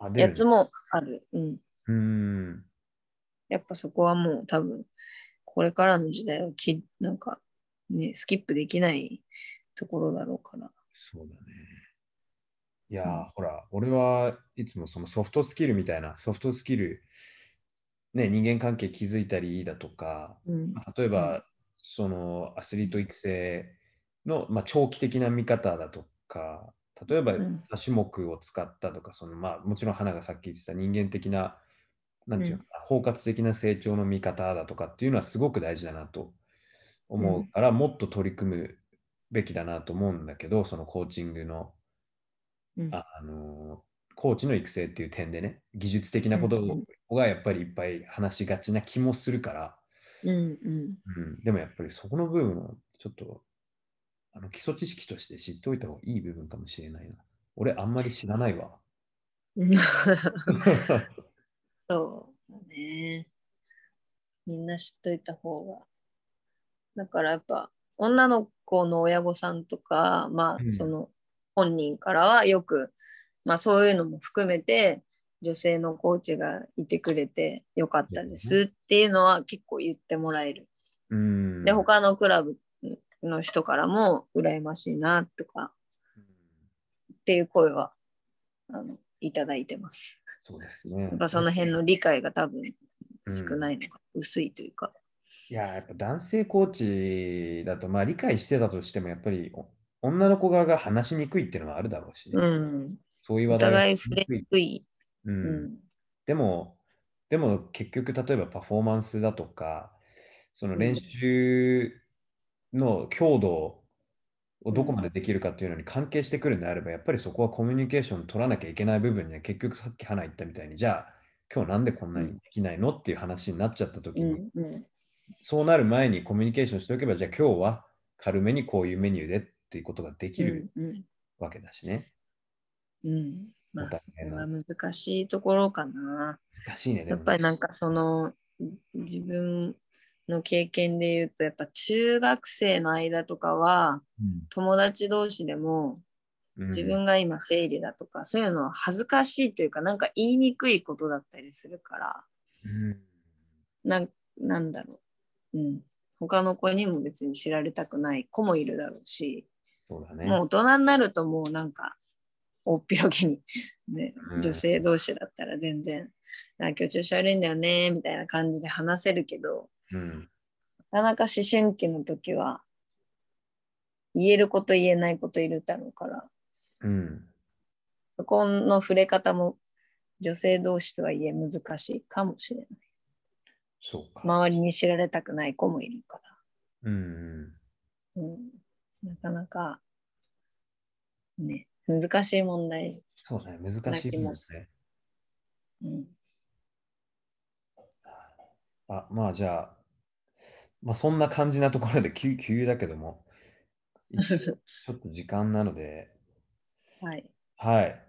Speaker 1: あ出る
Speaker 2: や
Speaker 1: ね
Speaker 2: つもある。うん、
Speaker 1: うーん。
Speaker 2: やっぱそこはもう多分これからの時代はきなんかねスキップできないところだろうから。
Speaker 1: そうだね。いやー、
Speaker 2: うん
Speaker 1: ほら、俺はいつもそのソフトスキルみたいな、ソフトスキル、ね、人間関係築いたりだとか、
Speaker 2: うん
Speaker 1: 例えば、
Speaker 2: う
Speaker 1: そのアスリート育成の、まあ、長期的な見方だとか、例えば
Speaker 2: うん
Speaker 1: 多種目を使ったとか、そのまあ、もちろん花がさっき言ってた人間的な、なんていうのかな、包括的な成長の見方だとかっていうのはすごく大事だなと思うから、もっと取り組むべきだなと思うんだけど、そのコーチングの、
Speaker 2: うん
Speaker 1: ああのコーチの育成っていう点でね、技術的なこと
Speaker 2: うん
Speaker 1: がやっぱりいっぱい話しがちな気もするから、
Speaker 2: うんうん、
Speaker 1: うん、でもやっぱりそこの部分をちょっとあの基礎知識として知っておいた方がいい部分かもしれないな。俺あんまり知らないわ。
Speaker 2: そうだね。みんな知っといた方が。だからやっぱ女の子の親御さんとか、ま
Speaker 1: うん
Speaker 2: あその本人からはよく、まあそういうのも含めて女性のコーチがいてくれてよかったですっていうのは結構言ってもらえる。
Speaker 1: うん、
Speaker 2: で、他のクラブの人からも羨ましいなとかっていう声はあのいただいてます。
Speaker 1: そうですね
Speaker 2: やっ。ぱその辺の理解が多分少ないのか、薄いというか。
Speaker 1: いや、やっぱ男性コーチだと、まあ理解してたとしても、やっぱりお女の子側が話しにくいっていうのはあるだろうし、
Speaker 2: うん。
Speaker 1: そういう
Speaker 2: お
Speaker 1: 話題が
Speaker 2: 互い触れ
Speaker 1: しにく
Speaker 2: にくい。
Speaker 1: う、
Speaker 2: うんん。
Speaker 1: でも、でも結局、例えばパフォーマンスだとか、その
Speaker 2: うん
Speaker 1: 練習の強度をどこまでできるかっていうのに関係してくるんであれば、やっぱりそこはコミュニケーション取らなきゃいけない部分には、結局さっき花言ったみたいに、じゃあ、今日なんでこんなにできないのっていう話になっちゃった時
Speaker 2: う
Speaker 1: に、
Speaker 2: ん。うん。
Speaker 1: そうなる前にコミュニケーションしておけば、じゃあ今日は軽めにこういうメニューでっていうことができる
Speaker 2: うん。
Speaker 1: わけだしね。
Speaker 2: うん。ま
Speaker 1: お
Speaker 2: あ、
Speaker 1: 互
Speaker 2: そ
Speaker 1: い
Speaker 2: れ
Speaker 1: の
Speaker 2: は難しいところかな。
Speaker 1: 難しいね、で
Speaker 2: や
Speaker 1: も
Speaker 2: っぱりなんかその、自分の経験で言うと、やっぱ中学生の間とかは、友達同士でも、
Speaker 1: うん
Speaker 2: 自分が今生理だとか、そういうのは恥ずかしいというか、なんか言いにくいことだったりするから、なんなんだろう。うん。他の子にも別に知られたくない子もいるだろうし、
Speaker 1: そうだ
Speaker 2: も
Speaker 1: ね
Speaker 2: う。大人になるともうなんか、大っぴろげに、 ね
Speaker 1: う、ん
Speaker 2: 女性同士だったら全然、あ今日調子悪いんだよね、みたいな感じで話せるけど、
Speaker 1: うん
Speaker 2: なかなか思春期の時は、言えること言えないこといるだろうから、
Speaker 1: うん
Speaker 2: そこの触れ方も女性同士とはいえ難しいかもしれない。
Speaker 1: そうか。
Speaker 2: 周りに知られたくない子もいるか
Speaker 1: うん
Speaker 2: ら、うん、なかなか、ね、難しい問題。
Speaker 1: そうね、難しいもんですね。
Speaker 2: うん、
Speaker 1: あ、まあじゃあ、まあそんな感じなところで急、 急だけども、一 応ちょっと時間なので、
Speaker 2: はい。
Speaker 1: はい。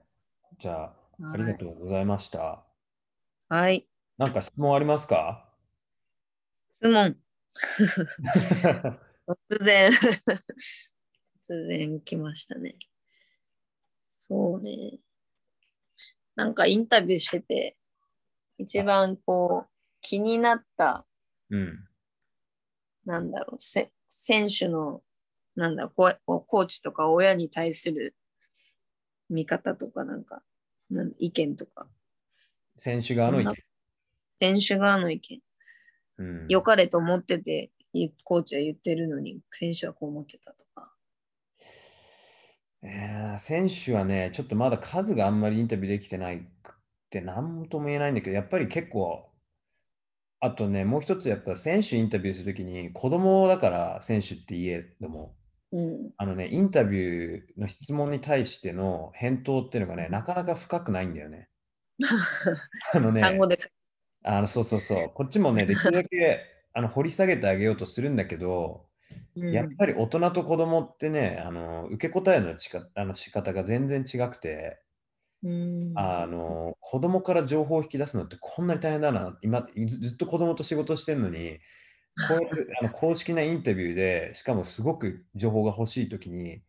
Speaker 1: じゃあ、ありが
Speaker 2: う。
Speaker 1: とうございました。
Speaker 2: はい。
Speaker 1: なんか質問ありますか
Speaker 2: 質問。突然 突然来ましたね。そうね。なんかインタビューしてて、一番こう、気になった、
Speaker 1: うん。
Speaker 2: なんだろう、せ選手の、なんだろうこうこうコーチとか親に対する見方とか、なんか、なん意見とか、
Speaker 1: 選手側の意見。
Speaker 2: 選手側の意見、
Speaker 1: うん、
Speaker 2: 良かれと思ってて、いコーチは言ってるのに、選手はこう思ってたとか。
Speaker 1: えー選手はね、ちょっとまだ数があんまりインタビューできてないって何とも言えないんだけど、やっぱり結構、あとね、もう一つやっぱ選手インタビューするときに、子供だから選手って言えども、
Speaker 2: うん。
Speaker 1: あのね、インタビューの質問に対しての返答っていうのがね、なかなか深くないんだよ ね。あのね、
Speaker 2: 単語で
Speaker 1: あのそうそうそう、こっちもね、できるだけあの掘り下げてあげようとするんだけど、
Speaker 2: うん
Speaker 1: やっぱり大人と子供ってね、あの受け答えのちかあの仕方が全然違くて、
Speaker 2: うん
Speaker 1: あの子供から情報を引き出すのってこんなに大変だな、今ずずっと子供と仕事してるのに、こういうあの公式なインタビューで、しかもすごく情報が欲しいときに、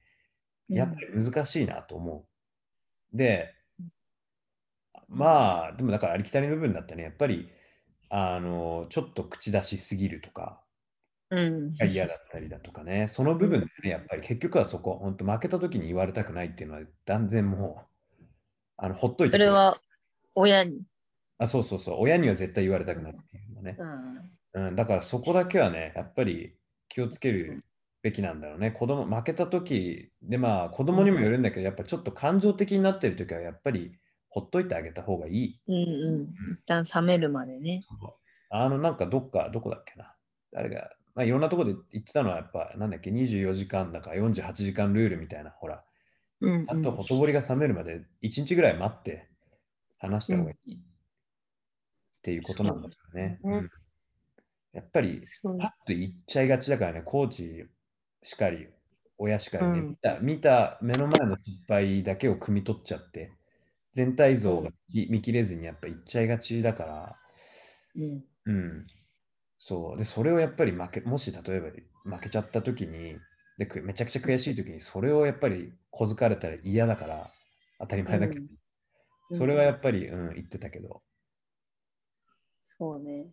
Speaker 1: やっぱり難しいなと思う。で、まあ、でもだからありきたりの部分だったね、やっぱり、あの、ちょっと口出しすぎるとか、
Speaker 2: うん、
Speaker 1: が嫌だったりだとかね、その部分でね、やっぱり結局はそこ、本当負けた時に言われたくないっていうのは、断然もう、あの、ほっといて
Speaker 2: それは親に。
Speaker 1: あ、そうそうそう、親には絶対言われたくないっていうのね。
Speaker 2: うん
Speaker 1: うん、だからそこだけはね、やっぱり気をつけるべきなんだろうね。子供、負けた時で、まあ子供にもよるんだけど、やっぱちょっと感情的になってる時は、やっぱりほっといてあげた方がいい。
Speaker 2: うんうん、一旦冷めるまでね。
Speaker 1: あの、なんかどっか、どこだっけな。誰が、まあいろんなとこで言ってたのは、やっぱ、なんだっけ、24時間だから48時間ルールみたいな、ほら、
Speaker 2: うん
Speaker 1: あとほとぼりが冷めるまで1日ぐらい待って話した方がいいっていうことなんだからね。
Speaker 2: そうだね
Speaker 1: うんやっぱり
Speaker 2: うん
Speaker 1: パッと言っちゃいがちだからね、コーチしかり、親しかりね、
Speaker 2: うん
Speaker 1: 見た、見た目の前の失敗だけを汲み取っちゃって、全体像が見見切れずにやっぱ言っちゃいがちだから、
Speaker 2: うん
Speaker 1: うん。そう。で、それをやっぱり負け、もし例えば負けちゃった時に、で、くめちゃくちゃ悔しい時に、それをやっぱり小づかれたら嫌だから、当たり前だけど、
Speaker 2: うん
Speaker 1: それはやっぱり、うん、言ってたけど、
Speaker 2: そうね。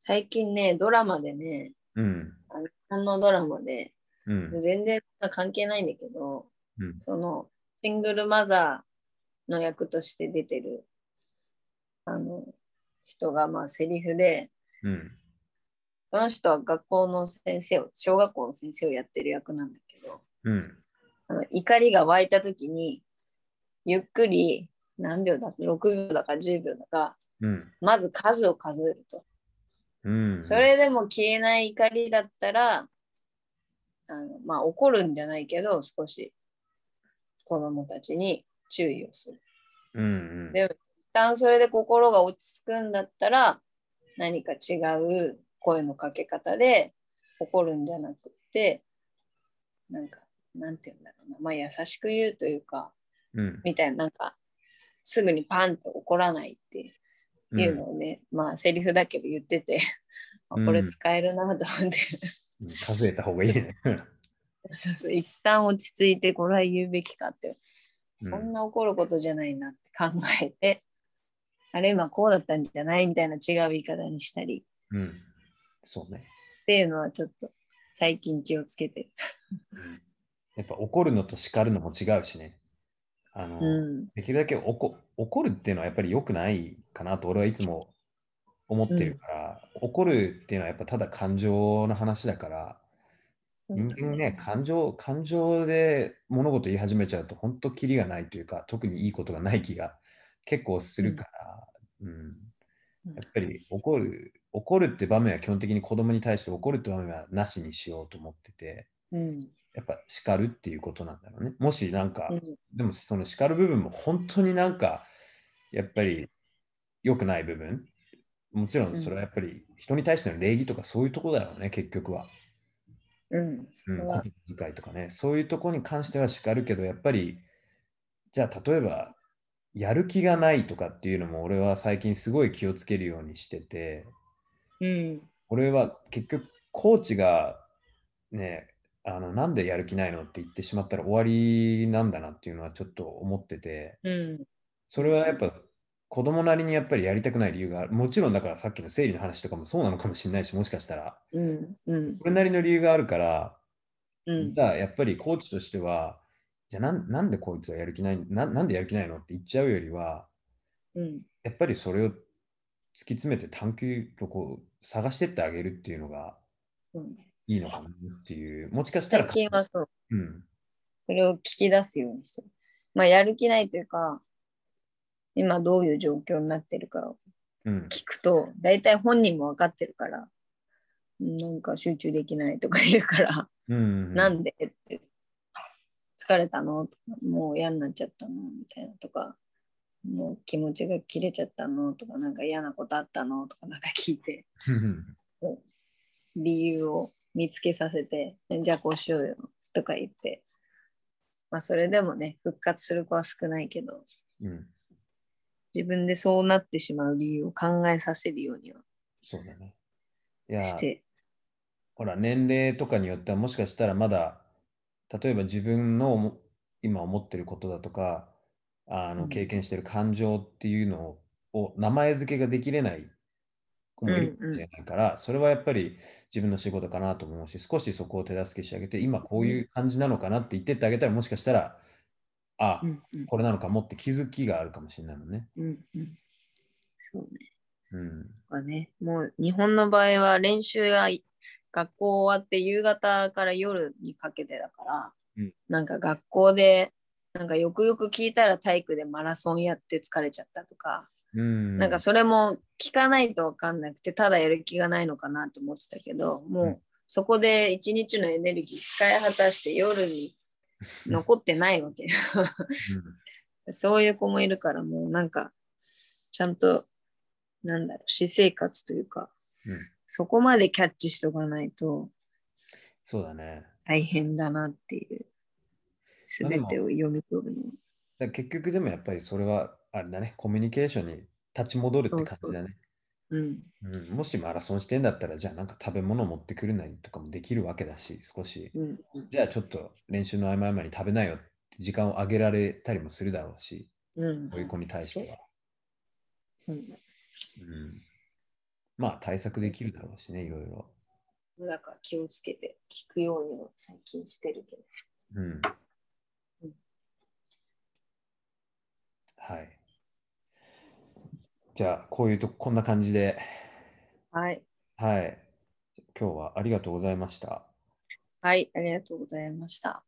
Speaker 2: 最近ね、ドラマでね、
Speaker 1: うん、
Speaker 2: あの日本のドラマで、
Speaker 1: うん、
Speaker 2: 全然関係ないんだけど、
Speaker 1: うん
Speaker 2: そのシングルマザーの役として出てるあの人が、まあ、セリフで、
Speaker 1: うん、
Speaker 2: この人は学校の先生を、小学校の先生をやってる役なんだけど、
Speaker 1: うん、
Speaker 2: あの怒りが湧いたときに、ゆっくり何秒だ ?6 秒だか10秒だか、
Speaker 1: うん、
Speaker 2: まず数を数えると。
Speaker 1: うん。
Speaker 2: それでも消えない怒りだったら、あのまあ怒るんじゃないけど、少し子供たちに注意をする。
Speaker 1: うん、うん、
Speaker 2: で一旦それで心が落ち着くんだったら、何か違う声のかけ方で怒るんじゃなくて、なんか、なんて言うんだろうな。まあ優しく言うというか、
Speaker 1: うん、
Speaker 2: みたいな、なんか、すぐにパンと怒らないって
Speaker 1: うん
Speaker 2: いうのをね、まあ、セリフだけど言ってて、あ これ使えるなと思って、
Speaker 1: うん数えた方がいいね。
Speaker 2: そうそう一旦落ち着いてこれは言うべきかって
Speaker 1: うん
Speaker 2: そんな怒ることじゃないなって考えて、あれ今こうだったんじゃないみたいな違う言い方にしたり
Speaker 1: うん。そうね。
Speaker 2: っていうのはちょっと最近気をつけて
Speaker 1: やっぱ怒るのと叱るのも違うしね。あの、
Speaker 2: うん
Speaker 1: できるだけ怒怒るっていうのはやっぱり良くないかなと俺はいつも思ってるから、怒るっていうのはやっぱただ感情の話だから、人間ね、感情、感情で物事言い始めちゃうと、本当、キリがないというか、特にいいことがない気が結構するから、うん
Speaker 2: うん
Speaker 1: やっぱり怒る、怒るって場面は基本的に子供に対して怒るって場面はなしにしようと思ってて、
Speaker 2: うん
Speaker 1: やっぱ叱るっていうことなんだろうね。もしなんか、
Speaker 2: うん
Speaker 1: でもその叱る部分も本当になんか、やっぱり良くない部分、もちろんそれはやっぱり人に対しての礼儀とかそういうとこだろうね、結局は。
Speaker 2: うんそ
Speaker 1: うん、
Speaker 2: れは
Speaker 1: 言葉遣いとかね、そういうとこに関しては叱るけど、やっぱり、じゃあ例えば、やる気がないとかっていうのも、俺は最近すごい気をつけるようにしてて、
Speaker 2: うん
Speaker 1: 俺は結局、コーチが、ね、あの、なんでやる気ないのって言ってしまったら終わりなんだなっていうのはちょっと思ってて、
Speaker 2: うん
Speaker 1: それはやっぱ子供なりにやっぱりやりたくない理由がある。もちろんだからさっきの生理の話とかもそうなのかもしれないし、もしかしたら、
Speaker 2: うんうん
Speaker 1: それなりの理由があるから、
Speaker 2: うん
Speaker 1: じゃあやっぱりコーチとしては、じゃあなんなんでこいつはやる気ないな、なんでやる気ないのって言っちゃうよりは、
Speaker 2: うん
Speaker 1: やっぱりそれを突き詰めて探求をこう探してってあげるっていうのが
Speaker 2: うん
Speaker 1: いいのかなっていう、もしかしたら
Speaker 2: 最、近はそう
Speaker 1: うん、
Speaker 2: それを聞き出すようにしてるまあやる気ないというか今どういう状況になってるかを
Speaker 1: うん、
Speaker 2: 聞くと大体本人も分かってるからうんなんか集中できないとか言うから
Speaker 1: うんうん、
Speaker 2: なんでって疲れたのとかもう嫌になっちゃったのみたいなとかもう気持ちが切れちゃったのとかなんか嫌なことあったのとかなんか聞いて
Speaker 1: うん
Speaker 2: 理由を見つけさせてじゃあこうしようよとか言ってまあそれでもね復活する子は少ないけど
Speaker 1: うん、
Speaker 2: 自分でそうなってしまう理由を考えさせるようには
Speaker 1: そうだね。いや、
Speaker 2: して
Speaker 1: ほら、年齢とかによっては、もしかしたらまだ、例えば自分の思今思ってることだとか、あ
Speaker 2: う
Speaker 1: の
Speaker 2: ん
Speaker 1: 経験してる感情っていうのを名前付けができれない子もいるかもしれないから、それはやっぱり自分の仕事かなと思うし、少しそこを手助けしてあげて、今こういう感じなのかなって言ってってあげたら、もしかしたら、あ、
Speaker 2: うんうん
Speaker 1: これなのかもって気づきがあるかもしれないもんね。
Speaker 2: うんうんそうね
Speaker 1: うん。
Speaker 2: はね、もう日本の場合は練習がい学校終わって夕方から夜にかけてだから、
Speaker 1: うん
Speaker 2: なんか学校でなんかよくよく聞いたら体育でマラソンやって疲れちゃったとか、
Speaker 1: うん。
Speaker 2: なんかそれも聞かないと分かんなくてただやる気がないのかなと思ってたけども
Speaker 1: うん
Speaker 2: うそこで一日のエネルギー使い果たして夜に残ってないわけそういう子もいるから、もうなんか、ちゃんと、なんだろう、私生活というか、
Speaker 1: うん
Speaker 2: そこまでキャッチしとかないと
Speaker 1: そうだね。
Speaker 2: 大変だなっていう、すべてを読み取
Speaker 1: だか
Speaker 2: るの。
Speaker 1: ら結局でもやっぱりそれはあれだね、コミュニケーションに立ち戻るって感じだね。
Speaker 2: うん、
Speaker 1: うん、もしマラソンしてんだったら、じゃあなんか食べ物持ってくるなりとかもできるわけだし、少し。
Speaker 2: うん、
Speaker 1: じゃあちょっと練習の合間合間に食べなよって時間をあげられたりもするだろうし、
Speaker 2: うん
Speaker 1: こういう子に対しては。
Speaker 2: う
Speaker 1: う
Speaker 2: ん。
Speaker 1: ん、まあ対策できるだろうしね、いろいろ。
Speaker 2: だから気をつけて聞くようには最近してるけど。
Speaker 1: うん
Speaker 2: うん。
Speaker 1: はい。じゃあ、こういうとこ、こんな感じで。
Speaker 2: はい。
Speaker 1: はい。今日はありがとうございました。
Speaker 2: はい、ありがとうございました。